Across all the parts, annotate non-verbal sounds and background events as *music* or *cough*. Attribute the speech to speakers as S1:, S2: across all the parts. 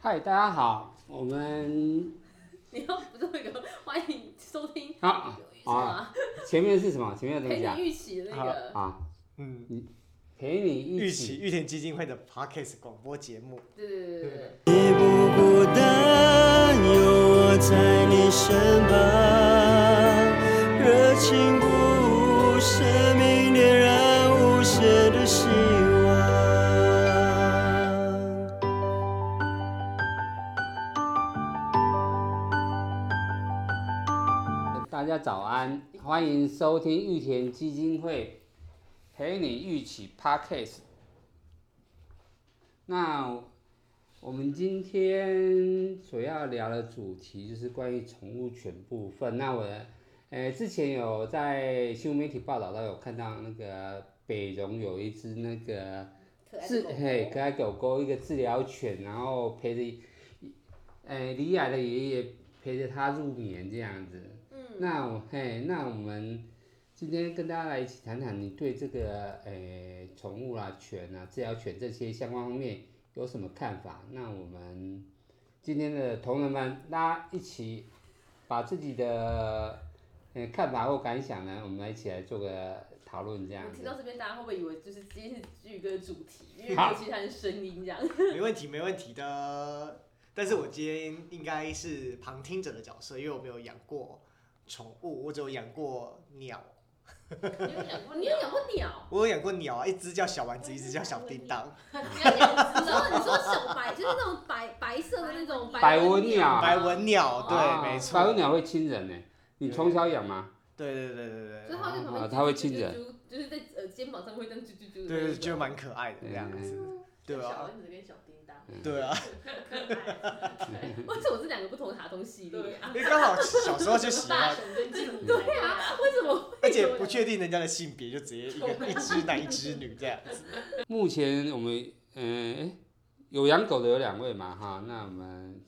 S1: 嗨，大家好，我们
S2: 你要不做一个欢迎收听
S1: 啊
S2: 什么
S1: 前面是什么？前面怎么
S2: 陪
S1: 讲
S2: 你预期的那个
S1: 啊？
S3: 嗯，
S1: 陪你
S3: 玉
S1: 一
S3: 琪
S1: 起
S3: 玉田基金会的 Podcast 广播节目， *laughs*
S2: 对对对对对对，
S4: 你不孤单，有我在你身旁。热情鼓舞，生命点燃无限的希望。
S1: 大家早安，欢迎收听玉田基金会陪你一起 Podcast。那我们今天所要聊的主题就是关于宠物犬部分。那我，呃，之前有在新闻媒体报道到有看到那个北荣有一只那个
S2: 可爱的
S1: 治
S2: 狗狗
S1: 嘿可爱狗狗一个治疗犬，然后陪着一，呃，李雅的爷爷陪着它入眠这样子。
S2: 嗯，
S1: 那我嘿，那我们今天跟大家来一起谈谈你对这个呃宠物啊、犬啊、治疗犬这些相关方面有什么看法？那我们今天的同仁们，大家一起把自己的呃看法或感想呢，我们来一起来做个讨论这样
S2: 我听
S1: 子
S2: 到。这边大家会不会以为就是今天是剧歌主题，因为
S1: 好
S2: 有其他人声音这样？
S3: 没问题没问题的。但是我今天应该是旁听者的角色，因为我没有养过宠物，我只有养过鸟，
S5: 你有养过
S2: 你有养过鸟？
S3: 我有养过鸟啊，一只叫小丸子，一只叫小叮当，
S5: 你要养
S2: 你知道你说小白就是那种白白色的那种
S1: 百
S2: 纹
S1: 文鸟
S3: 白纹鸟，
S1: 啊
S3: 对，没
S1: 白文
S3: 错，
S1: 鸟会亲人呢、你从小养吗？
S3: 对对对对对
S2: 就是它会在旁边
S1: 啊
S2: 啾啾啾啾，
S1: 它会亲人
S2: 就是在呃肩膀上会这样啾啾啾的那种。
S3: 对，对对，就蛮可爱的这样子，对
S5: 小
S3: 啊，
S5: 丸子跟小叮当，
S3: 对啊，
S5: 可爱，
S2: 为什么是两个不同的卡通系列啊？
S3: 因为刚好小时候就喜
S5: 大
S3: 欢，
S5: 雄跟静武，
S2: 对啊，为什么？
S3: 而且不确定人家的性别，就直接一个一只男一只女这样子。
S1: 目前我们嗯、诶有养狗的有两位嘛哈，那我们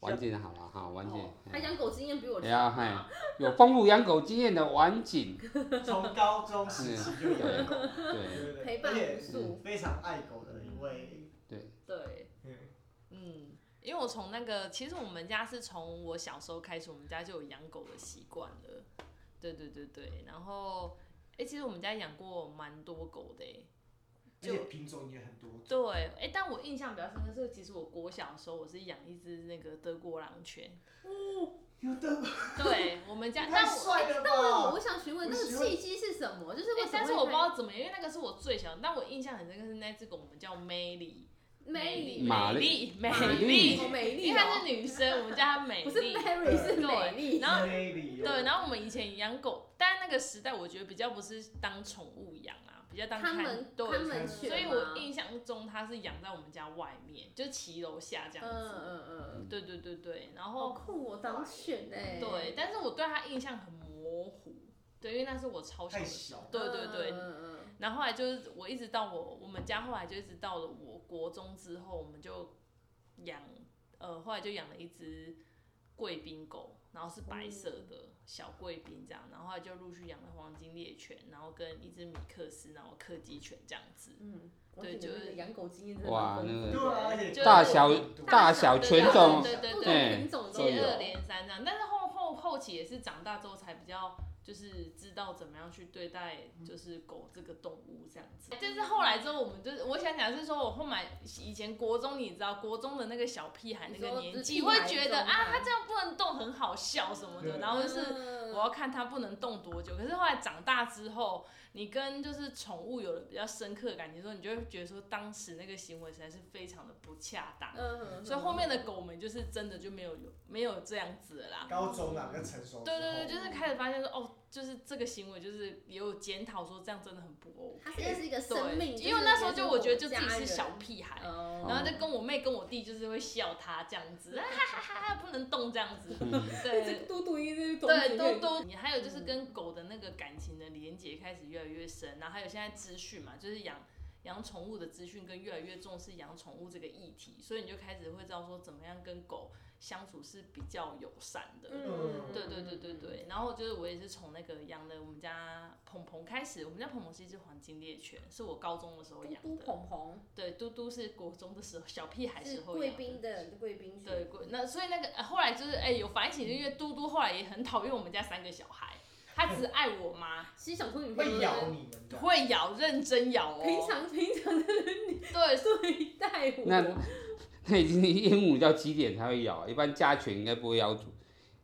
S1: 婉景好了哈，婉景、
S2: 哦他养狗经验比我
S1: 哎
S2: 少
S1: 呀
S2: 啊。
S1: 有丰富养狗经验的婉景，
S3: 从高中时期就有养狗，
S2: *laughs*
S1: 对，
S3: 对对对，
S2: 陪伴
S3: 而
S2: 无
S3: 且
S2: 数，
S3: 非常爱狗的一位，
S2: 对，
S5: 嗯。因为我从那个，其实我们家是从我小时候开始，我们家就有养狗的习惯了。对对对对，然后，哎、其实我们家养过蛮多狗的、诶
S3: 而且品种也很多。
S5: 对，哎、但我印象比较深刻是，其实我国小的时候我是养一只那个德国狼犬。
S3: 有的，
S5: 对，我们
S2: *laughs*
S5: 家，
S3: 太
S5: 但我
S3: 帅了
S2: 那我
S3: 吧！
S2: 我想询问那个契机是什么？就是为
S5: 对，
S2: 什
S5: 啊哎
S2: 么会？
S5: 但是我不知道怎么，因为那个是我最小的，但我印象很深刻是那只狗，我们叫 Maylie，
S2: 美丽，
S1: 玛
S5: 美
S1: 丽
S5: 丽，美
S1: 美丽
S5: 丽，
S2: 哦美丽
S5: 因为她是
S2: 哦，
S5: 女生，我们叫她美
S2: *laughs* 不是
S5: 丽。
S2: Mary 是美丽，
S5: 然后对，
S3: 对
S5: 然后我们以前养狗，但那个时代我觉得比较不是当宠物养啊，比较当
S2: 看
S5: 看
S2: 门
S5: 对，
S2: 看门犬
S5: 所以
S2: 吗
S5: 我印象中它是养在我们家外面，就骑楼下这样子。
S2: 嗯嗯
S5: 对对对对，然
S2: 嗯，好
S5: 后
S2: 酷哦，当选哎，
S5: 对，，但是我对它印象很模糊，对，因为那是我超小
S3: 太
S5: 的时
S3: 小
S5: 候。对对对，
S2: 嗯嗯
S5: 然后后来就是我一直到我我们家后来就一直到了我国中之后，我们就养呃后来就养了一只贵宾狗，然后是白色的小贵宾这样，然后后来就陆续养了黄金猎犬，然后跟一只米克斯，然后柯基犬这样子。
S2: 嗯，我
S5: 对
S2: 觉得
S5: 就
S2: 那个
S5: 是
S2: 养狗经验真的
S1: 哇
S2: 蛮丰富
S1: 那个
S3: 对啊，而
S2: 的
S3: 且
S5: 就
S1: 大小大小
S2: 小
S1: 犬
S2: 对
S1: 种
S5: 对
S2: 不
S5: 对
S2: 同
S1: 对
S2: 品种都
S1: 对
S5: 接
S1: 有
S5: 二
S2: 有。
S5: 连三这样，但是后后后期也是长大之后才比较就是知道怎么样去对待就是狗这个动物这样子。但哎是后来之后，我们就是我想起来是说，我后来以前国中你知道国中的那个小屁孩那个年纪，会觉得啊他这样不能动很好笑什么的，
S3: 对
S5: 然后就是。
S2: 嗯
S5: 我要看它不能动多久。可是后来长大之后，你跟就是宠物有了比较深刻的感情之后，你就会觉得说当时那个行为实在是非常的不恰当。
S2: 嗯，
S5: 所以后面的狗们就是真的就没有有没有这样子了啦。
S3: 高中啊，比较成熟。
S5: 对对对，就是开始发现说哦，就是这个行为就是也有检讨说这样真的很不 OK。
S2: 它真的是一个生命，
S5: 对，因为那时候就我觉得就自己
S2: 家
S5: 是
S2: 人
S5: 小，屁孩，
S2: 哦
S5: 然后就跟我妹跟我弟就是会笑他这样子，啊哈哈哈哈，不能动这样
S2: *laughs*
S5: 子。对，
S2: 嘟嘟一直
S5: 对，都都，你还有就是跟狗的那个感情的连接开始越来越深，然后还有现在资讯嘛，就是养养宠物的资讯跟越来越重视养宠物这个议题，所以你就开始会知道说怎么样跟狗相处是比较友善的。
S2: 嗯，
S5: 对对对对对，然后就是我也是从那个养的我们家鹏鹏开始，我们家鹏鹏是一只黄金猎犬，是我高中的时候
S2: 嘟
S5: 养
S2: 嘟
S5: 的。
S2: 蓬蓬
S5: 对，嘟嘟是国中的时候小屁孩
S2: 是
S5: 时候养
S2: 贵宾
S5: 的。
S2: 的贵宾，
S5: 那所以那个、呃后来就是哎、有反省，因为嘟嘟后来也很讨厌我们家三个小孩，他只爱我妈，
S2: 其实小兔女朋友
S3: 会咬
S2: 的
S3: 你们的。
S5: 会咬，认真咬哦。
S2: 平常平常的
S5: 对，
S2: 对待我，
S1: 那 *laughs* 那已经鹦鹉要几点才会咬？一般家犬应该不会咬主，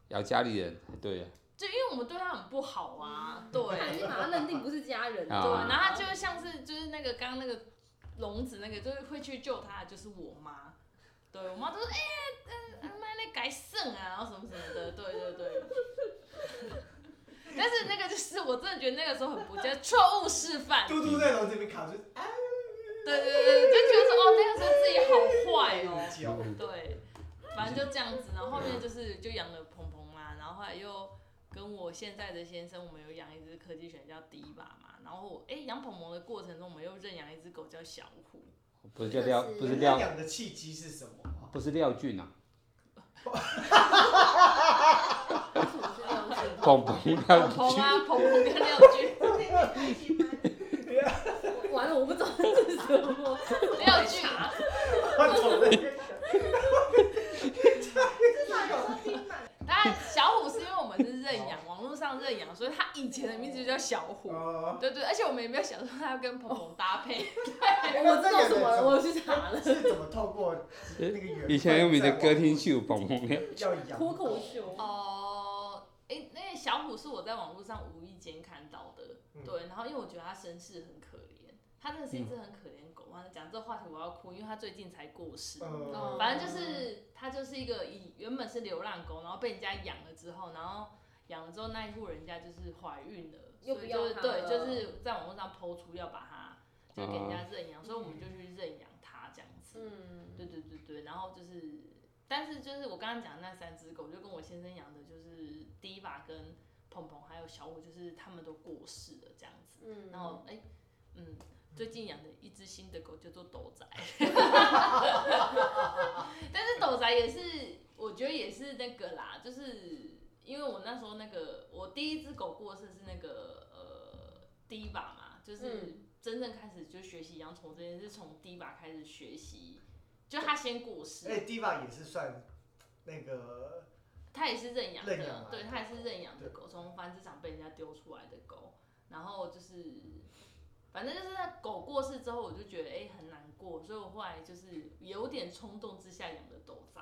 S1: 咬家里人。对啊，
S5: 就因为我们对他很不好啊，对。
S2: 看就把它认定不是家人，
S1: 啊
S5: 对
S2: 吧
S5: 然后他就像是就是那个刚刚那个聋子那个，就是会去救他的就是我妈，对我妈就说哎，嗯、欸，妈那改肾啊，然后什么什么的，对对对。 *laughs* 但是那个就是我真的觉得那个时候很不接错误示范，对
S3: 嘟嘟在笼子里面卡住，啊，
S5: 对对对，就觉得说哦那个时候自己好坏哦，
S3: 叫
S5: 对，反正就这样子，然后后面就是就养了鹏鹏嘛，然后后来又跟我现在的先生，我们有养一只柯基犬叫迪爸嘛，然后我哎养鹏鹏的过程中，我们又认养一只狗叫小虎，
S1: 不是叫
S2: *laughs*
S1: 廖，
S2: 这个是
S1: 不是
S3: 那
S1: 廖，
S3: 养的契机是什么啊？
S1: 不是廖俊啊， *laughs*
S2: 为什么是这样子？
S1: 鹏鹏廖
S5: 鹏鹏
S2: *laughs*
S1: 俊。
S5: 啊，鹏鹏跟廖俊，
S2: 我完了，我不知道这是什么，
S5: 廖俊，啊
S3: 换头了。
S5: 当然小虎是因为我们是认养，网络上认养，所以他以前的名字就叫小虎。
S3: 哦，
S5: 对对，而且我们也没有想说他要跟鹏鹏搭配，
S2: 我知道什么了，我去查了，
S3: 是怎么透过那个缘分
S1: 以前有名的歌厅
S3: 在
S1: 秀，鹏鹏廖。
S3: 网络要养
S2: 脱口秀，
S5: 哦，哎，那个小虎是我在网络上无意间看到的，
S2: 嗯
S5: 对，然后因为我觉得它身世很可怜，它真的是一只很可怜的狗。完了讲这个话题我要哭，因为它最近才过世。
S2: 哦
S3: 呃，
S5: 反正就是它就是一个以原本是流浪狗，然后被人家养了之后，然后养了之后那一户人家就是怀孕了，
S2: 又
S5: 所以
S2: 不要
S5: 就是
S2: 它
S5: 对，
S2: 了
S5: 就是在网络上抛出要把它就给人家认养，所以我们就去认养它这样子。
S2: 嗯，
S5: 对对对对，然后就是，但是就是我刚刚讲的那三只狗，就跟我先生养的，就是第一把跟鹏鹏还有小五，就是他们都过世了这样子。
S2: 嗯
S5: 然后哎、嗯，最近养的一只新的狗叫做斗仔， *laughs* 但是斗仔也是，我觉得也是那个啦，就是因为我那时候那个我第一只狗过世是那个呃第一把嘛，就是
S2: 嗯
S5: 真正开始就学习养宠物这件事，是从第一把开始学习，就他先过世，
S3: 哎，Diva 也是算那个，
S5: 它也是认养
S3: 认养
S5: 的
S3: 来，
S5: 对，
S3: 的
S5: 它也是认养的狗，从繁殖场被人家丢出来的狗。然后就是，反正就是那狗过世之后，我就觉得哎、很难过，所以我后来就是有点冲动之下养的斗仔。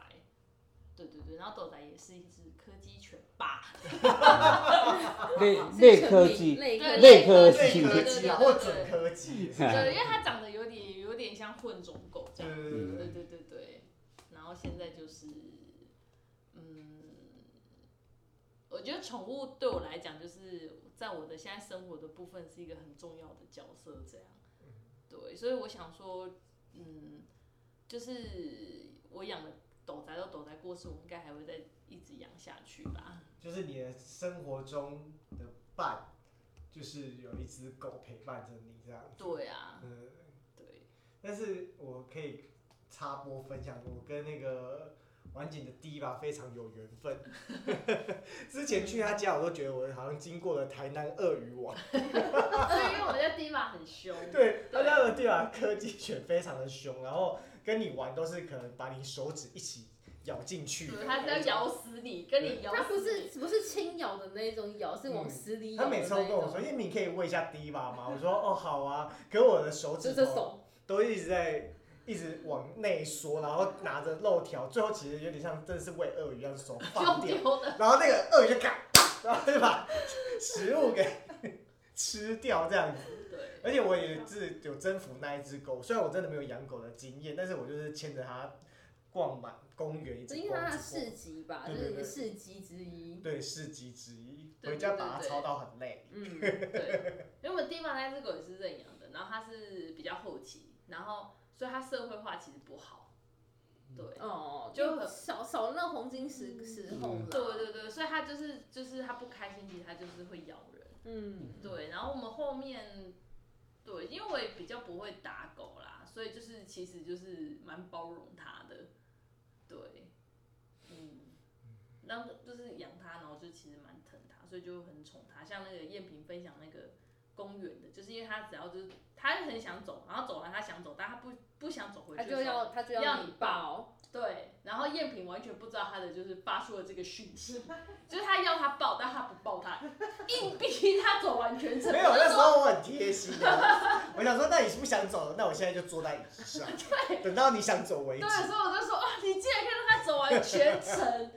S5: 对对对，然后斗仔也是一只柯基犬吧，
S1: 类
S2: 哦是
S1: 类
S2: 全
S1: 科
S2: 名
S1: 技，
S2: 类
S5: 对
S1: 类科
S5: 科
S1: 技
S3: 类
S5: 对对
S3: 科
S5: 对
S3: 技啊，
S5: 对
S3: 或
S5: 对
S3: 准科技，
S1: 嗯
S5: 对，因为它长得有点有点像混种狗这样。
S3: 嗯
S5: 对对对对，然后现在就是，嗯，我觉得宠物对我来讲，就是在我的现在生活的部分是一个很重要的角色，这样。
S3: 嗯
S5: 对，所以我想说，嗯，就是我养的斗仔都斗仔过世，我应该还会再一直养下去吧。
S3: 就是你的生活中的伴，就是有一只狗陪伴着你这样。
S5: 对啊，
S3: 嗯，
S5: 对，
S3: 但是我可以插播分享，我跟那个晚景的第一吧非常有缘
S5: *laughs*
S3: 分。之前去他家，我都觉得我好像经过了台南鳄鱼王。
S5: 所啊以因为我在第一把很凶，
S3: 对，他家的第一把柯基犬非常的凶，然后跟你玩都是可能把你手指一起咬进去的
S5: 对，
S3: 那
S5: 它
S3: 种。
S5: 是要咬死你，跟你咬死
S2: 它
S5: 你。
S2: 不是不是轻咬的那种咬，是往死里咬
S3: 他
S2: 的
S3: 每
S2: 那
S3: 次都跟我
S2: 种，
S3: 说：“叶明可以喂一下第一把吗？”我说：“哦，好啊。”可我的手
S2: 就
S3: 指
S2: 这
S3: 头
S2: 手，
S3: 都一直在一直往内缩，然后拿着肉条，最后其实有点像真的是喂鳄鱼一样手放
S5: *laughs* 用
S3: 掉，
S5: 丢的，
S3: 然后那个鳄鱼就嘎，然后就把食物给 *laughs* 吃掉这样子。
S5: 对。
S3: 而且我也是有征服那一只狗，虽然我真的没有养狗的经验，但是我就是牵着它逛满公园，一直
S2: 应该
S3: 逛
S2: 它
S3: 一
S2: 的
S3: 直
S2: 市集吧，就
S3: 对
S2: 是
S3: 对
S2: 你
S3: 对
S2: 的市集之一
S3: 逛。。对，市集之一，
S5: 对
S3: 回家
S5: 对
S3: 把它
S5: 对
S3: 操到很累。
S2: 嗯，
S5: 对，因为我们第一把那只狗也是认养的，然后它是比较后期，然后所以它社会化其实不好，对。
S2: 哦，
S5: 就
S2: 就少少那黄金时时候了。
S5: 对对对，所以它就是就是它不开心，其实它就是会咬人。
S2: 嗯，
S5: 对，然后我们后面，对，因为我也比较不会打狗啦，所以就是其实就是蛮包容它的，对，嗯，然后就是养它，然后就其实蛮疼它，所以就很宠它。像那个燕平分享那个公园的，就是因为他只要就是他就很想走，然后走完他想走，但他不不想走回去
S2: 他
S5: 的时候，
S2: 就要他就
S5: 要
S2: 你
S5: 你抱，对，然后艳萍完全不知道他的就是发出了这个讯息， *laughs* 就是他要他抱，但他不抱他，硬逼他走完全程。
S3: 没有，那时候我很贴心啊，我想说，那你是不想走了？那我现在就坐在椅子
S5: *laughs*
S3: 上，等到你想走为止
S5: 对，。所以我就说哇，你竟然可以让他走完全 *laughs* 程，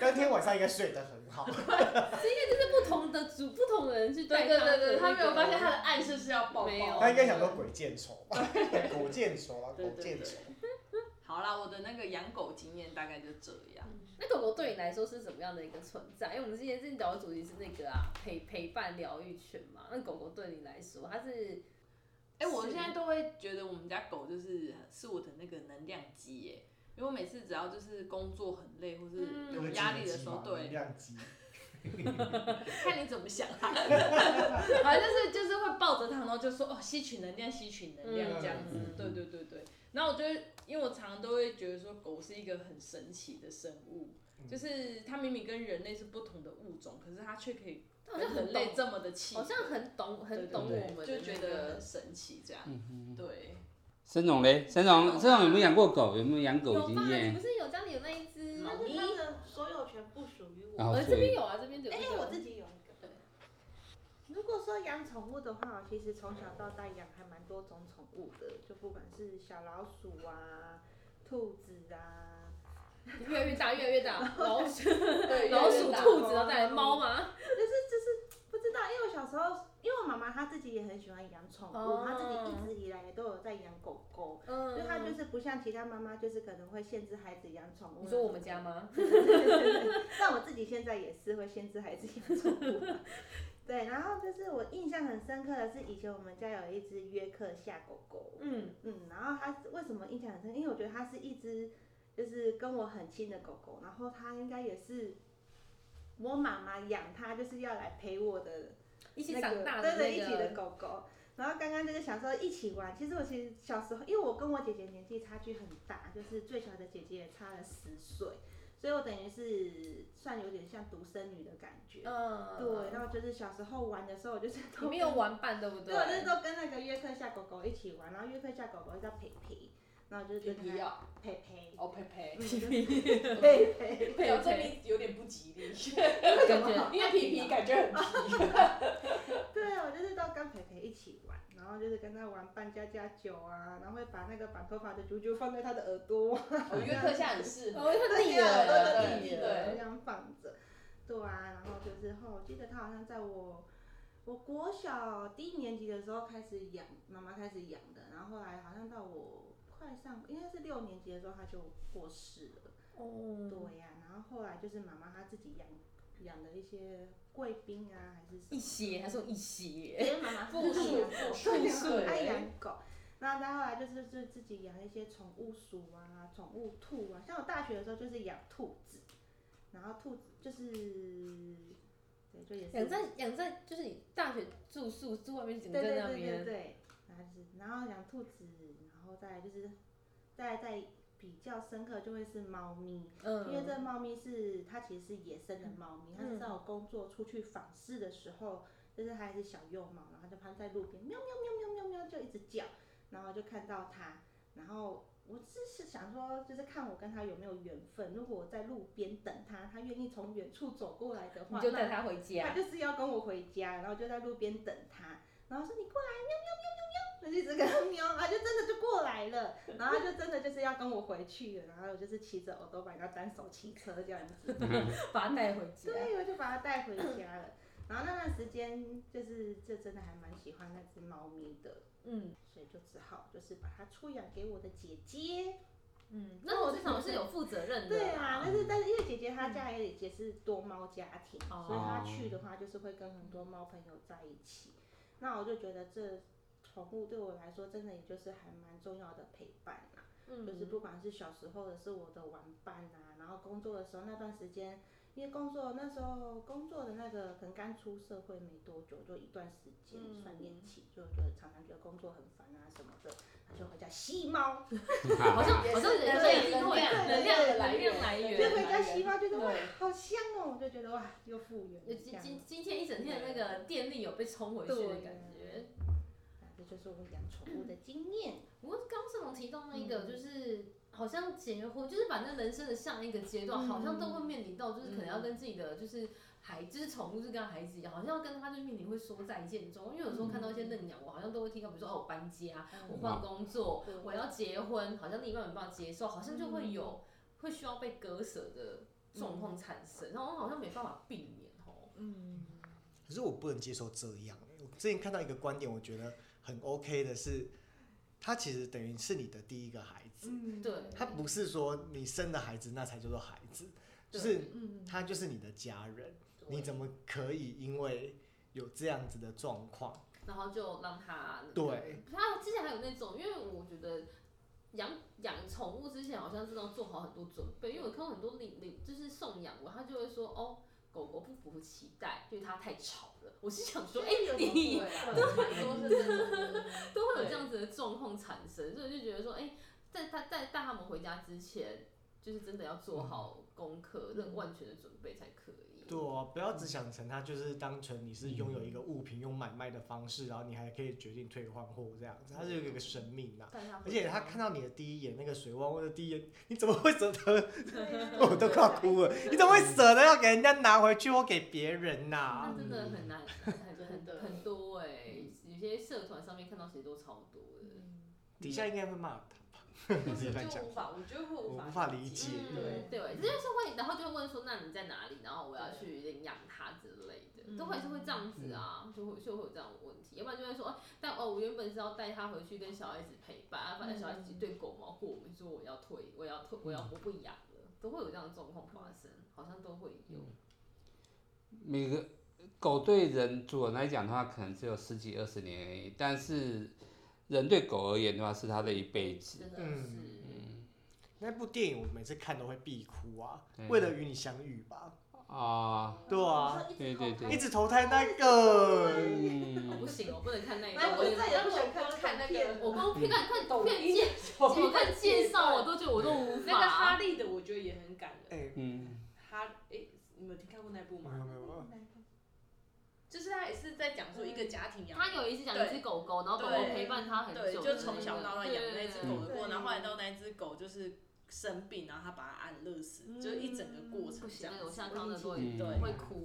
S3: 当天晚上应该睡得很好。
S5: 哦
S2: 就是不同的组不同的人去
S5: 对
S2: 带
S5: 对
S2: 他
S5: 对对，
S2: 的
S5: 他
S2: 那
S5: 没有
S2: 个
S5: 发现他的暗示是要抱抱。
S2: 没有
S3: 他应该想说鬼见愁吧，狗见愁啊，
S5: 对
S3: 狗
S5: 对
S3: 见
S5: 对
S3: 愁。
S5: *laughs* 好啦，我的那个养狗经验大概就这样。
S2: 那狗狗对你来说是怎么样的一个存在？因为我们之前是聊的主题是那个啊陪陪伴疗愈犬嘛，那狗狗对你来说，它是
S5: 哎、我
S2: 是
S5: 现在都会觉得我们家狗就是是我的那个能量机耶，因为我每次只要就是工作很累或是
S2: 嗯
S5: 有压力的时候，
S3: 科技
S5: 对
S3: 嘛，能，量级
S5: 看你怎么想啊。 *laughs* 反正就是就是会抱着它，然后就说哦，吸取能量，吸取能量
S2: 嗯
S5: 这样子。
S3: 嗯
S5: 对对对对。然后我就会因为我常常都会觉得说，狗是一个很神奇的生物，
S3: 嗯
S5: 就是它明明跟人类是不同的物种，可是它却可以
S2: 它好像
S5: 跟人
S2: 很
S5: 类
S2: 懂，
S5: 这么的契合，
S2: 好像很懂
S5: 对
S2: 很
S5: 对
S2: 懂
S5: 对
S2: 我们的
S5: 就觉得
S2: 那
S5: 很
S2: 个
S5: 神奇这样。
S1: 嗯，
S5: 对，
S1: 沈总嘞，沈总，沈总有没有养过狗？有没有养狗
S2: 有
S1: 经
S2: 吧？你
S1: 验
S2: 不？是有家里有那一只？
S6: 但是它的所有权不属于
S1: 然后
S6: 我，
S2: 呃，这边有啊，这边有。
S6: 而
S2: 这边有
S6: 且哎我自己有一个。如果说养宠物的话，我其实从小到大养还蛮多种宠物的，就不管是小老鼠啊、兔子啊，
S2: *laughs* 越来越大，越来越大，
S5: *laughs*
S2: 老鼠、
S6: 对
S2: 老鼠、兔子，然后再来
S6: 来
S2: 猫嘛。
S6: 就是就是不知道，因为我小时候，因为我妈妈她自己也很喜欢养宠
S2: 哦
S6: 物，她自己一直以来也都有在养狗狗，
S2: 嗯
S6: 就她就是不像其他妈妈，就是可能会限制孩子养宠物。
S2: 你说我们家吗？
S6: 但我自己现在也是会限制孩子养宠物嘛。对，然后就是我印象很深刻的是，以前我们家有一只约克夏狗狗，
S2: 嗯，
S6: 嗯，然后它为什么印象很深刻？因为我觉得它是一只就是跟我很亲的狗狗，然后它应该也是我妈妈养它，就是要来陪我的
S2: 一起
S6: 那
S2: 长
S6: 个
S2: 大
S6: 对
S2: 的
S6: 对，
S2: 那
S6: 一起的
S2: 个，
S6: 狗狗。然后刚刚就是小时候一起玩，其实我其实小时候，因为我跟我姐姐年纪差距很大，就是最小的姐姐也差了十岁，所以我等于是算有点像独生女的感觉。
S2: 嗯，
S6: 对，然后就是小时候玩的时候，我就是
S2: 你
S6: 都
S2: 们有
S6: 跟
S2: 玩伴对不
S6: 对，我就是都跟那个约克夏狗狗一起玩，然后约克夏狗狗叫培培，然后我就是跟它
S5: 要
S6: 培培
S5: 哦，佩
S2: *laughs*
S5: 佩。
S6: 培培，
S5: *laughs*
S2: 佩
S5: 有这
S2: 佩
S5: 名有点不吉利，
S2: 感觉
S5: 因为皮皮感觉很
S2: *laughs*
S5: 皮。
S6: 对，我就是都跟培培一起玩，然后就是跟他玩扮家家酒啊，然后会把那个绑头发的啾啾放在他的耳朵，
S5: 我约克夏很适合，
S2: 哦，它腻了，
S5: 对
S2: 它
S5: 对
S2: 腻
S5: 对
S2: 了。
S6: 这样放着。对啊，然后就是后，我记得他好像在我我国小低年级的时候开始养，妈妈开始养的，然后后来好像到我快上，应该是六年级的时候他就过世了。
S2: 哦，
S6: 对呀、然后后来就是妈妈她自己养养的一些贵宾啊，还是什么
S2: 一些，还说一些。
S6: 因为妈 *laughs* 妈
S5: 复数复数
S6: 对
S5: 对
S6: 很 *laughs* 爱养狗。那再后来就是就是自己养一些宠物鼠啊、宠物兔啊，像我大学的时候就是养兔子，然后兔子就是，对，就也是
S2: 养在养在就是你大学住宿住外面，整
S6: 对
S2: 个
S6: 对
S2: 在
S6: 对
S2: 那
S6: 对
S2: 边，
S6: 对，然后就是然后养兔子，然后再来就是再再比较深刻就会是猫咪，
S2: 嗯，
S6: 因为这猫咪是它其实是野生的猫咪，它
S2: 嗯
S6: 是在我工作出去访视的时候，就是它还是小幼猫，然后就趴在路边喵喵喵喵喵喵就一直叫，然后就看到它，然后我只是想说，就是看我跟它有没有缘分，如果我在路边等它，它愿意从远处走过来的话，
S2: 你就
S6: 那
S2: 带它回
S6: 他
S2: 家，
S6: 就是要跟我回家，然后就在路边等他，然后说你过来，喵喵喵喵喵，我就一直跟他喵，他就真的就过来了，然后他就真的就是要跟我回去了，然后我就是骑着欧多板，然后单手骑车这样 *laughs* 子，
S2: 把它带回家。
S6: 对，我就把它带回家了。然后那段时间就是就真的还蛮喜欢那只猫咪的，
S2: 嗯
S6: 所以就只好就是把它出养给我的姐姐。
S2: 嗯，那我至少是有负责任的。
S6: 对啊，但是但是因为姐姐
S2: 嗯
S6: 她家也也是多猫家庭，
S2: 哦
S6: 所以她去的话就是会跟很多猫朋友在一起。那我就觉得这宠物对我来说真的也就是还蛮重要的陪伴啦、
S2: 嗯，
S6: 就是不管是小时候的是我的玩伴啊，然后工作的时候那段时间，因为工作那时候工作的那个可能刚出社会没多久，就一段时间、
S5: 嗯
S6: 算年期，就觉得常常觉得工作很烦啊什么的，就回家吸猫。
S2: 好像好像人类一定会
S6: 对对对
S2: 能量的来源
S5: 能量来源
S6: 就回家吸西瓜，觉得哇
S2: 对啊
S6: 好香哦，我就觉得哇又复原
S2: 就
S6: 了这
S2: 今
S6: 样。
S2: 今今天一整天的那个电力有被冲回去的感觉。
S6: 啊这就是我们养宠物的经验。
S2: 不过刚盛龙提到那个，就是好像简约婚，就是反正人生的上一个阶段，
S5: 嗯
S2: 好像都会面临到，就是可能要跟自己的就是孩，就是宠物，就是跟孩子一样，好像要跟他就面临会说再见中。因为有时候看到一些认养，我好像都会听到，比如说哦我搬家，我换工作
S6: 对，
S2: 我要结婚，好像另一半没办法接受，好像就会有会需要被割舍的状况产生，然后好像没办法避免哦。
S5: 嗯，
S3: 可是我不能接受这样。我之前看到一个观点，我觉得很 OK 的是，他其实等于是你的第一个孩子，
S5: 嗯
S2: 嗯对，
S3: 他不是说你生的孩子那才叫做孩子，就
S2: 对
S3: 是
S5: 嗯，
S3: 他就是你的家人，
S2: 对
S3: 你怎么可以因为有这样子的状况？
S2: 然后就让他那个
S3: 对，
S2: 他之前还有那种，因为我觉得养养宠物之前好像是要做好很多准备，因为我看到很多领领就是送养过，他就会说哦，狗狗不符期待，因为它太吵了。我是想说，哎、你
S6: 啊
S2: *laughs*
S5: 对，对，
S2: 都会有这样子的状况产生，所以我就觉得说，哎、在他在带他们回家之前，就是真的要做好功课，那、万全的准备才可以。
S3: 嗯对啊，不要只想成它就是单纯你是拥有一个物品，用买卖的方式，然后你还可以决定退换货这样子，它是有一个生命呐、
S2: 带他回
S3: 啊而
S2: 家
S3: 且他看到你的第一眼，那个水汪汪的第一眼，你怎么会舍得？我
S6: 我
S3: 都快要哭了，你怎么会舍得要给人家拿回去或给别人呐、
S2: 那真的
S3: *laughs*
S2: 很难，很
S5: 真
S2: 很
S5: 的
S2: 很多哎、有些社团上面看到谁都超多的。
S3: 底下应该会骂他吧？
S5: 但
S3: 你
S5: 是
S3: 乱
S5: 就
S3: 讲
S5: 无法，我觉得会
S3: 我
S5: 无法，
S3: 无法理解。
S2: 嗯，对，这就是会，然后就会问说，那你在哪里？然后我要去领养它之类的，
S5: 嗯
S2: 都还是会这样子啊，就会就会有这样的问题，要不然就会说，哎但哦，我原本是要带它回去跟小孩子陪伴，啊反正小孩子对狗毛过敏，说我要退，我要退，我要我不养了，都会有这样的状况发生，好像都会有。
S1: 每个狗对人主人来讲的话，可能只有十几二十年而已，但是人对狗而言的话，是它的一辈子。
S2: 真的是
S3: 嗯那部电影我每次看都会必哭啊，
S1: 对
S3: 为了与你相遇吧。
S1: 啊，
S3: 对啊，
S1: 对对对
S3: 一直投胎那个，
S2: 哦，
S1: 嗯
S2: 不，行，我不能看那一
S6: 哎
S2: 段，
S6: 我
S2: 我
S6: 再也不想看
S5: 看那个
S2: 我光看看
S5: 抖
S2: 看
S5: 音
S2: 介，我看介绍我都觉得我都无
S5: 那个哈
S2: 法。
S5: 利的，我觉得也很感人。
S3: 哎，
S1: 嗯，
S5: 哈，哎，你们有听看过那部
S3: 没有
S5: 吗？
S3: 没有没有，
S5: 就是他也是在讲说一个家庭养，
S2: 他有一次讲一只狗狗，然后狗狗陪伴他很
S5: 对，
S2: 久，
S5: 就从小到大养那只狗的
S6: 对
S5: 过，然后后来到那只狗就是生病，然后他把它安乐死，
S6: 嗯
S5: 就是一整个过程
S2: 不
S5: 这
S2: 行，
S5: 样
S2: 那个我
S5: 子。
S2: 现在看到那个
S1: 嗯
S2: 我会哭。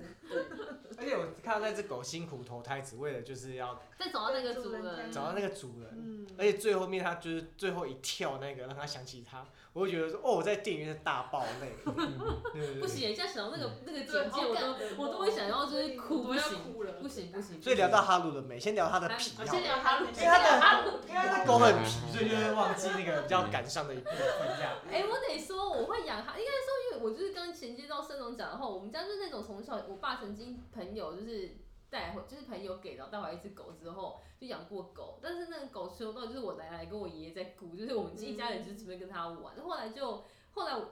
S3: 而且我看到那只狗辛苦投胎，只为了就是要
S2: 再找到那个主人，
S3: 找到那个主人。
S6: 嗯，
S3: 而且最后面他就是最后一跳那个，让他想起他，我会觉得说，哦，我在电影院是大爆 *laughs* 泪。嗯对对对
S2: 不行，现在想到那个那个简介，
S5: 对好
S2: 我
S5: 感
S2: 都
S5: 人哦
S2: 我啊都会想要就是哭，不
S5: 我要
S2: 行
S5: 哭了，
S2: 不行不行。
S3: 所以聊到哈鲁了没？啊先聊他的
S2: 来
S3: 皮好
S5: 我
S3: 了，
S5: 先聊哈鲁，
S3: 因为他的
S5: 哈鲁，
S3: 因为他的狗很皮，所以就会忘记那个比较感伤的一部分这样。
S2: 哎、我得说，我会养它。应该说，因为我就是刚衔接到盛龙讲的话，我们家就是那种从小，我爸曾经朋友就是带回，就是朋友给的带回来一只狗之后，就养过狗。但是那个狗从头到尾就是我奶奶跟我爷爷在顾，就是我们一家人就准备跟它玩。后来就后来我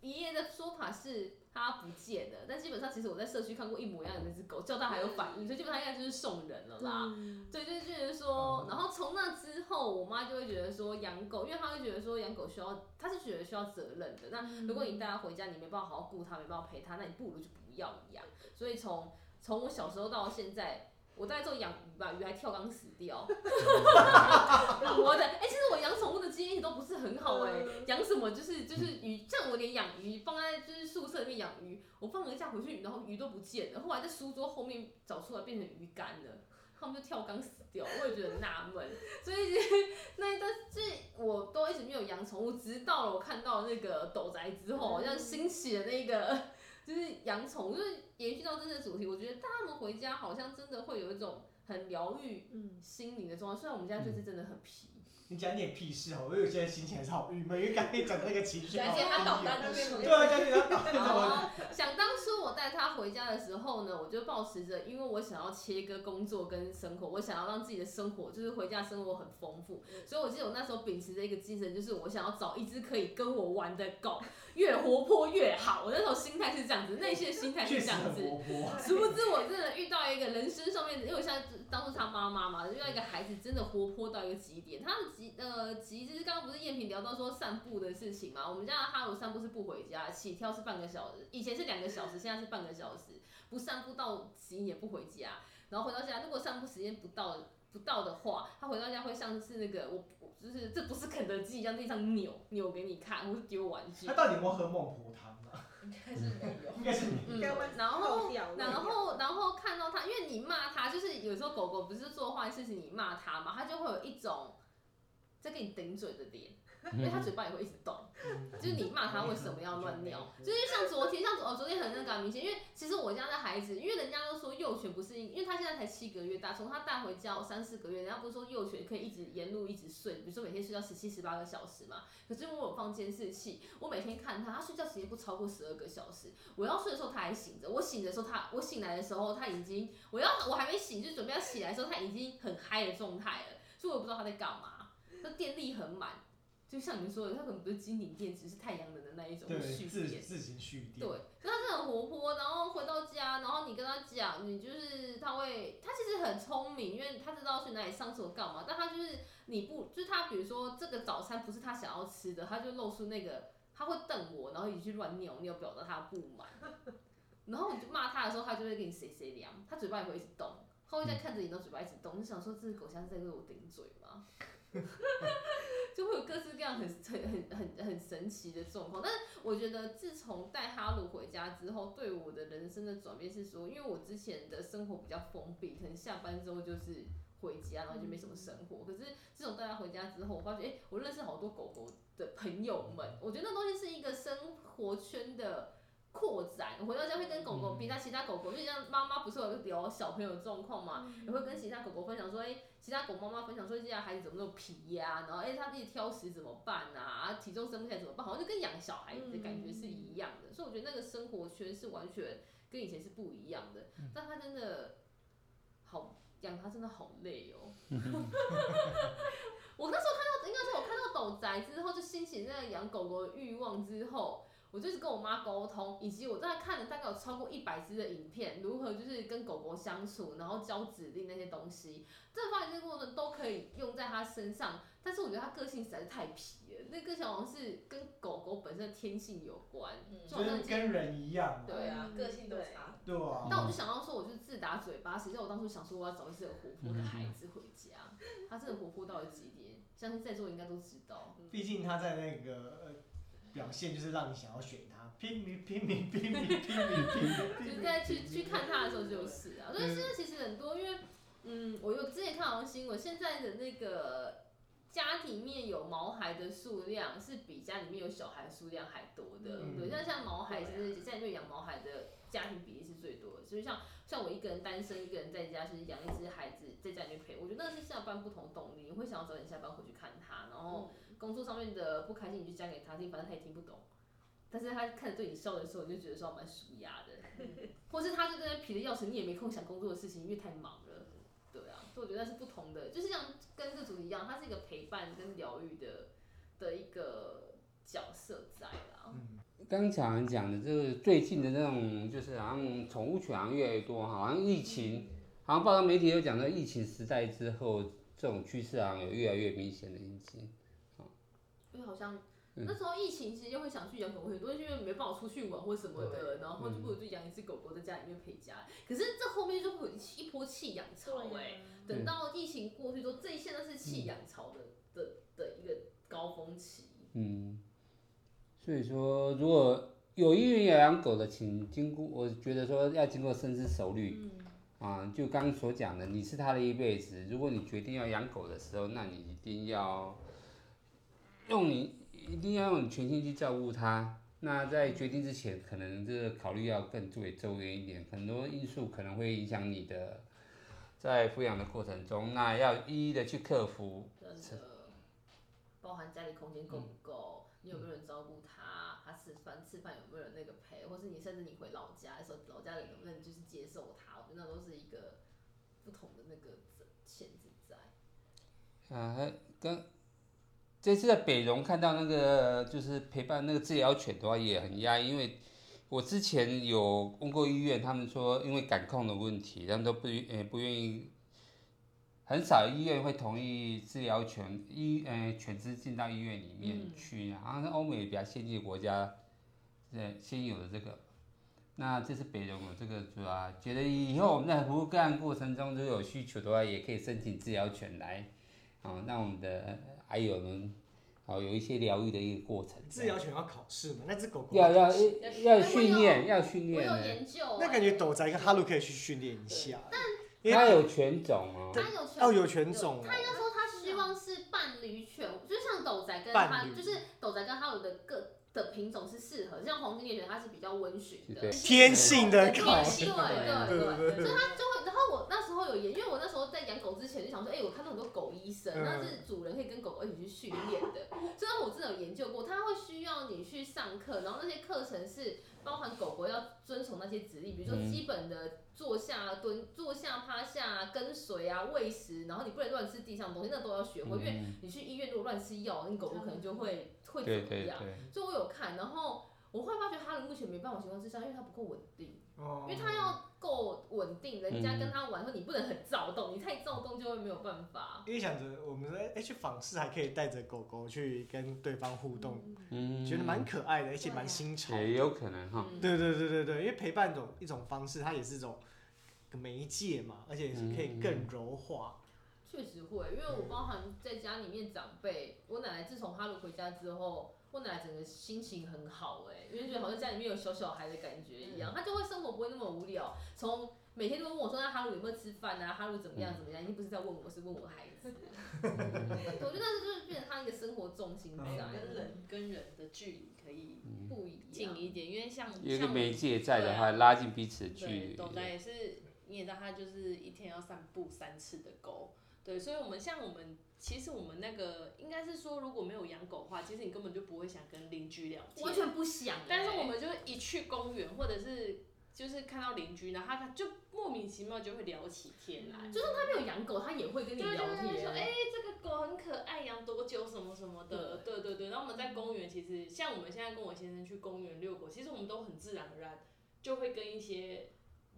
S2: 爷爷的说法是。它不见了，但基本上其实我在社区看过一模一样的那只狗，叫它还有反应，所以基本上应该就是送人了啦。
S6: 嗯
S2: 对，就是觉得说，然后从那之后，我妈就会觉得说养狗，因为她会觉得说养狗需要，她是觉得需要责任的。那如果你带它回家，你没办法好好顾它，没办法陪它，那你不如就不要养。所以从从我小时候到现在，我大概就养鱼吧，鱼还跳缸死掉。我的，哎、其实我养宠物的经验都不是很好哎、养什么就是就是鱼，像我连养鱼放在就是宿舍里面养鱼，我放了一下回去，然后鱼都不见了，后来在书桌后面找出来变成鱼干了。他们就跳缸死掉，我也觉得很纳闷。所以就是那一段，就是我都一直没有养宠物，直到了我看到那个斗宅之后，好像兴起的那个就是养宠物，就是延续到这次主题，我觉得带他们回家好像真的会有一种很疗愈
S6: 嗯，
S2: 心灵的状态。虽然我们家这次真的很皮，
S3: 你讲点屁事好，我有些心情还是好郁闷，因为刚才讲的那个情绪好
S5: 感
S3: 低
S5: 谢
S3: *laughs* 哦。
S5: 他导弹那边
S3: 对啊，感谢他导弹
S2: 然
S3: 怎么？
S2: 后 *laughs* 想当初我带他回家的时候呢，我就保持着，因为我想要切割工作跟生活，我想要让自己的生活就是回家生活很丰富，所以我记得我那时候秉持着一个精神，就是我想要找一只可以跟我玩的狗，越活泼越好。我那时候心态是这样子，内心的心态
S3: 确
S2: 是这
S3: 实
S2: 样
S3: 很
S2: 子。
S3: 活泼。
S2: 殊不知我真的遇到一个人生上面，因为我现在当初他妈妈嘛，遇到一个孩子真的活泼到一个极点，他的吉呃吉，就是刚刚不是燕平聊到说散步的事情嘛？我们家的哈鲁散步是不回家，起跳是半个小时，以前是两个小时，现在是半个小时。不散步到吉也不回家，然后回到家，如果散步时间不到不到的话，他回到家会像是那个我我就是这不是肯德基，像地上扭扭给你看，或是丢玩具嗯
S3: 他。到底有没有喝孟婆汤啊？
S7: 应该是没有。
S3: *laughs* 应该
S2: *laughs*
S3: 是
S2: 嗯
S3: 你。
S6: 该问
S2: 然后
S6: 漏掉
S2: 然
S6: 漏掉
S2: 后，然后看到他，因为你骂他，就是有时候狗狗不是做坏事情，你骂它嘛，它就会有一种在跟你顶嘴的脸，因为它嘴巴也会一直动。就是你骂它为什么要乱尿？就是像昨天，像昨哦，昨天很那个啊明显，因为其实我家的孩子，因为人家都说幼犬不是因，因为他现在才七个月大，从他带回家三四个月，人家不是说幼犬可以一直沿路一直睡，比如说每天睡觉十七十八个小时嘛。可是因为我放监视器，我每天看它，它睡觉时间不超过十二个小时。我要睡的时候它还醒着，我醒的时候它，我醒来的时候它已经，我要我还没醒，就准备要起来的时候，它已经很嗨的状态了，所以我不知道它在干嘛。它电力很满，就像你们说的，它可能不是精灵电池，只是太阳能的那一种
S3: 对，
S2: 蓄
S3: 自
S2: 电。
S3: 自行蓄
S2: 对，
S3: 电。
S2: 所以他是很活泼，然后回到家，然后你跟他讲，你就是他会，他其实很聪明，因为他知道去哪里上厕所干嘛，但他就是你不，就是他比如说这个早餐不是他想要吃的，他就露出那个他会瞪我，然后你去乱尿尿，表达他的不满，然后你就骂他的时候，他就会给你谁谁凉，他嘴巴也会一直动。他会这样看着你，然后嘴巴一直动，就想说这只狗现在在为我顶嘴吗？就会有各式各样很很很很很神奇的状况，但是我觉得自从带哈鲁回家之后，对我的人生的转变是说，因为我之前的生活比较封闭，可能下班之后就是回家，然后就没什么生活。可是自从带他回家之后，我发觉，哎、我认识好多狗狗的朋友们，我觉得那东西是一个生活圈的。扩展，我回到家会跟狗狗比，那其他狗狗就像妈妈不是有聊小朋友的状况嘛，也会跟其他狗狗分享说，哎、其他狗妈妈分享说，现在孩子怎么那么皮呀、然后哎、他自己挑食怎么办啊？体重升不起来怎么办？好像就跟养小孩子的感觉是一样的，所以我觉得那个生活圈是完全跟以前是不一样的。但他真的好养，他真的好累哦。我那时候看到，应该是我看到狗宅之后，就兴起那个养狗狗的欲望之后。我就是跟我妈沟通，以及我在看了大概有超过一百支的影片，如何就是跟狗狗相处，然后教指令那些东西，这个发展这个过程都可以用在它身上。但是我觉得它个性实在是太皮了，那个小好像是跟狗狗本身的天性有关，
S5: *laughs*
S7: 嗯
S2: 就
S3: 就
S2: 好像
S3: 是跟人一样嘛，
S2: 对
S7: 对啊，
S2: 啊
S7: 个性都差。
S3: 对啊。
S2: 但我就想到说，我就是自打嘴巴。谁叫我当初想说我要找一只很活泼的孩子回家？他真的活泼到了极点，相信在座应该都知道。
S3: 毕竟他在那个、呃、表现，就是让你想要选他，拼命拼命拼命拼命拼命
S2: 就
S3: 拼
S2: 是
S3: 命。
S2: 在去去看他的时候就是啊，所以现在其实很多，因为嗯，我有之前看好像新闻，现在的那个家里面有毛孩的数量是比家里面有小孩数量还多的，
S3: 嗯
S2: 对，像像毛孩其实现在就养毛孩的家庭比例是最多的，所以像像我一个人单身一个人在家，就是养一只孩子在家里面陪，我觉得那是下班不同动力，你会想要早点下班回去看他，然后工作上面的不开心你就讲给他听，反正他也听不懂。但是他看着对你笑的时候，你就觉得说蛮舒压的，或是他就在那皮的要死，你也没空想工作的事情，因为太忙了。对啊，所以我觉得那是不同的，就是像跟这主题一样，它是一个陪伴跟疗愈的的一个角色在啦。
S3: 嗯，
S1: 刚小兰讲的，就是最近的那种，就是好像宠物犬好像越来越多，好像疫情，好像报道媒体有讲到疫情时代之后，这种趋势好像有越来越明显的印记。
S2: 因为好像
S1: 嗯
S2: 那时候疫情期间会想去养狗，很多人因为没办法出去玩或什么的，然后就不如就养一只狗狗在家里面陪家。可是这后面就会有一波弃养潮哎、
S6: 嗯
S2: 等到疫情过去之后，这一切都是弃养潮的、的的一个高峰期。
S1: 嗯，所以说如果有意愿要养狗的，请经过，我觉得说要经过深思熟虑。
S6: 嗯
S1: 啊，就刚刚所讲的，你是它的一辈子。如果你决定要养狗的时候，那你一定要用你一定要用你全心去照顾它。那在决定之前，可能这个考虑要更注意周延一点，很多因素可能会影响你的在抚养的过程中，那要一一的去克服。
S2: 真的，包含家里空间够不
S3: 嗯
S2: 够，你有没有人照顾他，他吃饭吃饭有没有人那个陪，或是你甚至你回老家的时候，老家人能不能就是接受他，我觉得那都是一个不同的那个限制在。
S1: 啊，还跟这次在北荣看到那个就是陪伴那个治疗犬的话也很压抑，因为我之前有问过医院，他们说因为感控的问题，他们都不愿呃不愿意很少医院会同意治疗犬医呃犬只进到医院里面
S2: 嗯
S1: 去啊，好像是欧美比较先进的国家，呃先有的这个。那这是北荣有这个主要，觉得以后我们在服务个案过程中，如果有需求的话，也可以申请治疗犬来，啊、让我们的还有们，好、有一些疗愈的一个过程。
S3: 治疗犬要考试嘛？那只狗狗
S1: 要要要
S2: 有
S1: 训练，要训
S2: 我
S1: 练
S2: 有
S1: 的。
S2: 研究，欸
S3: 那感觉斗宅跟哈鲁可以去训练一下，因
S1: 它
S3: 为
S1: 有犬种哦，
S2: 他有权
S3: 要有犬种哦
S2: 他应该说他希望是伴侣犬，就像斗仔跟
S3: 伴
S2: 他，
S3: 侣
S2: 就是斗仔跟哈鲁的各的品种是适合，像黄金猎犬它是比较温驯的
S1: 对，
S3: 天性的狗，
S2: 天性对
S3: 对对
S2: 对对。
S3: 对
S2: 所以他就会，然后我那时候有研，因为我那时候在养狗之前就想说，哎、我看到很多狗医生，
S3: 嗯
S2: 那是主人可以跟狗狗一起去训练的，所以我真的有研究过，他会需要你去上课，然后那些课程是包含狗狗要遵从那些指令，比如说
S1: 嗯
S2: 基本的坐下、蹲、坐下、趴下、跟随啊、喂食，然后你不能乱吃地上的东西，那都要学会，因为
S1: 嗯，
S2: 你去医院如果乱吃药，你狗狗可能就会会怎
S1: 对
S2: 么
S1: 对
S2: 样。
S1: 对。
S2: 所以我有看，然后我会发觉哈伦目前没办法情况之下，因为它不够稳定。
S3: 哦
S2: 因为他要够稳定，人家跟他玩的时候，你不能很躁动，你太躁动就会没有办法。
S3: 因为想着我们说，哎、去访视还可以带着狗狗去跟对方互动，
S1: 嗯，
S3: 觉得蛮可爱的，而且
S6: 对啊
S3: 蛮新潮的。
S1: 也有可能哈，
S2: 嗯，
S3: 对对对对对，因为陪伴一种一种方式，它也是一种媒介嘛，而且是可以更柔化。
S2: 确实会，因为我包含在家里面长辈，我奶奶自从哈鲁回家之后，我奶奶整个心情很好哎、因为觉得好像家里面有小小孩的感觉
S5: 嗯
S2: 一样，她就会生活不会那么无聊，从。每天都问我说：“那哈鲁有没有吃饭啊？哈鲁怎么样怎么样？”已经不是在问我，是问我孩
S5: *laughs*
S2: 子。
S1: 嗯
S2: 我觉得那就是变成他一个生活重心
S3: 嗯
S2: 在，
S7: 跟人跟人的距离可以
S2: 不一
S5: 近
S2: 样。
S5: 一点，因为像像
S1: 有一个
S5: 我
S1: 媒介在的话，拉近彼此的距
S5: 对，
S1: 离。
S5: 斗仔也是，你也知道，他就是一天要散步三次的狗。对，所以我们像我们，其实我们那个应该是说，如果没有养狗的话，其实你根本就不会想跟邻居聊天。
S2: 完全不想欸、
S5: 但是我们就一去公园，或者是就是看到邻居，然后他就莫名其妙就会聊起天来。
S2: 就算他没有养狗，他也会跟你
S5: 对
S2: 聊
S5: 对对，就
S2: 天。
S5: 说哎、这个狗很可爱，养多久什么什么的，对对对。然后我们在公园，其实像我们现在跟我先生去公园遛狗，其实我们都很自然而然就会跟一些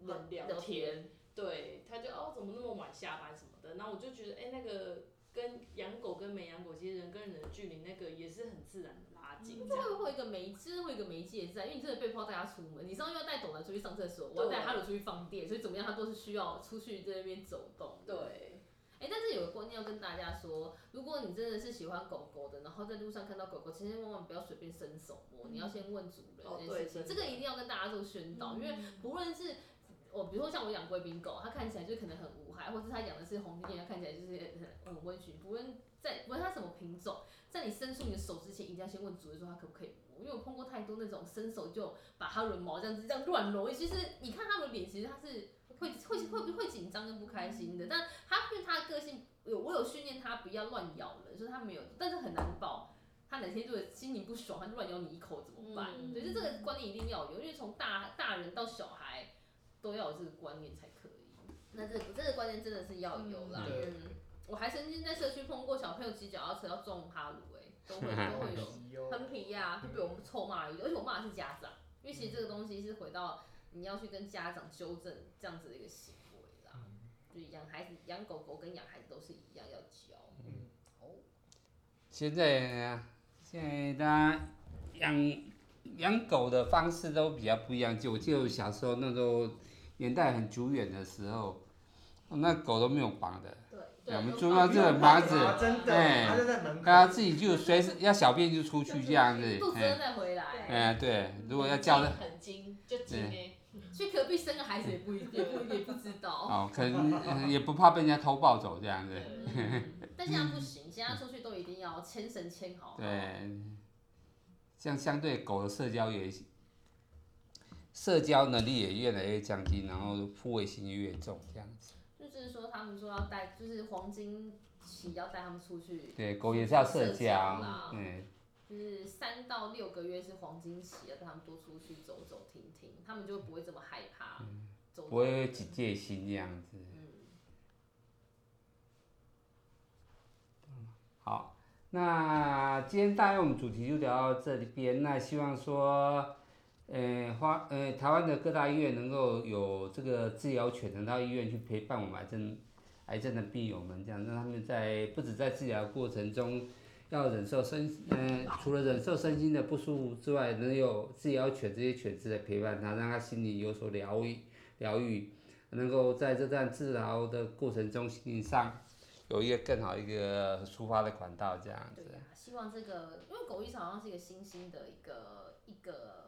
S5: 人聊
S2: 聊
S5: 天，对，他就哦怎么那么晚下班什么的，然后我就觉得哎、那个跟养狗跟没养狗，其实人跟人的距离那个也是很自然的拉近这样。
S2: 会会有一个媒，就是会有一个媒介在，因为你真的被迫带他出门，你知道又要带董楠出去上厕所，我要带哈鲁出去放电，所以怎么样他都是需要出去在那边走动。
S5: 对，
S2: 哎、但是有个观念要跟大家说，如果你真的是喜欢狗狗的，然后在路上看到狗狗，千千万万不要随便伸手摸，你要先问主人
S5: 哦
S2: 这件事情，
S5: 对真的嗯
S2: 这个一定要跟大家做宣导，因为不论是我，比如说像我养贵宾狗，它看起来就可能很无害，或者它养的是红金眼，它看起来就是很很温驯。不论在不论它什么品种，在你伸出你的手之前，一定要先问主人说它可不可以摸，因为我碰过太多那种伸手就把哈伦毛这样子这样乱揉，其实你看哈伦脸，其实它是会会会不会紧张跟不开心的，但它因为它的个性，有我有训练它不要乱咬人，所以它没有，但是很难保。它哪天如果心情不爽，它就乱咬你一口怎么办？
S5: 嗯
S2: 所以就这个观念一定要有，因为从大大人到小孩，都要有这个观念才可以。那这这个观念真的是要有啦。
S3: 嗯对
S2: 嗯，我还曾经在社区碰过小朋友骑脚踏车要撞哈鲁哎、都
S3: *laughs*
S2: 会都会有很哦皮啊呀、就被我们臭骂一顿，而且我骂的是家长，因为其实这个东西是回到你要去跟家长纠正这样子的一个行为啦。
S1: 嗯
S2: 就是养孩子、养狗狗跟养孩子都是一样要教。
S3: 嗯
S1: 现在呢，现在大家养养狗的方式都比较不一样。就我记得我小时候那时候年代很久远的时候，那狗都没有绑的，
S2: 对，
S1: 对我们
S2: 就
S1: 住
S2: 把
S1: 到这个房子
S3: 啊真的，
S1: 哎
S3: 它就在门口。
S1: 它自己就随时要小便就出去这样子。
S2: 肚子饿
S1: 哎
S2: 再回来，
S1: 哎，对，如果要叫它
S5: 很精，就精
S1: 嗯
S5: 哎、
S2: 去隔壁生个孩子也不一定，也不也不知
S1: *laughs*
S2: 道。
S1: 哦，可能呃也不怕被人家偷抱走这样子。
S2: 但现在不行，现在出去都一定要牵绳牵好。
S1: 对，像相对狗的社交也，社交能力也越来越降低，然后护卫心也越重，这样子。
S2: 就是说，他们说要带，就是黄金期要带他们出去，
S1: 对，狗也是要社
S2: 社交
S1: 交
S2: 啦，
S1: 对，
S2: 就是三到六个月是黄金期，要带他们多出去走走停停，他们就不会这么害怕。走走
S1: 嗯不会有警戒心这样子。
S2: 嗯，
S1: 好，那今天大概我们主题就聊到这里边，那希望说。呃，花呃，台湾的各大医院能够有这个治疗犬能到医院去陪伴我们癌症癌症的病友们，这样让他们在不止在治疗过程中要忍受身，嗯、除了忍受身心的不舒服之外，能有治疗犬这些犬只的陪伴他，让他心里有所疗愈，疗愈，能够在这段治疗的过程中，心灵上有一个更好一个抒发的管道，这样子
S2: 对。呀、希望这个，因为狗医生好像是一个新兴的一个一个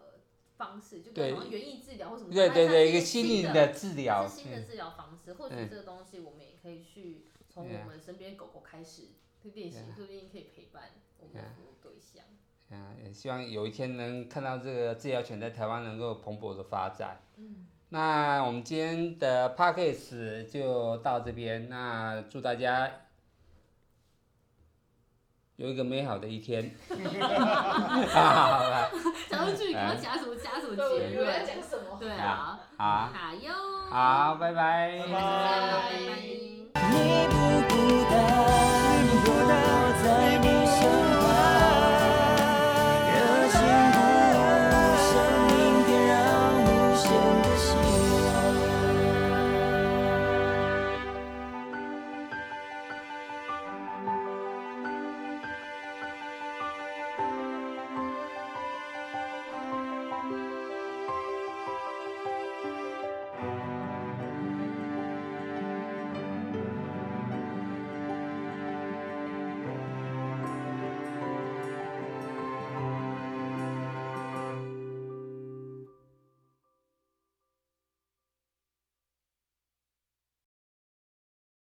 S2: 方式，就
S1: 对
S2: 好像园艺治疗或什么，
S1: 对对对，一个
S2: 新
S1: 心灵
S2: 的
S1: 的治疗
S2: 是，新的
S1: 嗯
S2: 治疗方式，或许
S1: 嗯
S2: 这个东西我们也可以去从
S1: 对啊啊
S2: 我们身边的狗狗开始去练习，说不定可以陪伴我们
S1: 对
S2: 的
S1: 啊
S2: 服务对
S1: *laughs*
S2: 象。
S1: 嗯，也希望有一天能看到这个治疗犬在台湾能够蓬勃的发展。
S2: 嗯，
S1: 那我们今天的 p a c k a g e 就到这边，那祝大家有一个美好的一天。 *laughs* 好了，
S2: 讲到这里，要加什么加什么结
S7: 我要
S2: 论？
S7: 讲什么？
S2: 对啊，
S1: 好，
S2: 好哟，
S1: 好，拜拜。
S3: 拜
S2: 拜
S3: 拜
S2: 拜。
S4: 你不孤单，不孤单，我在你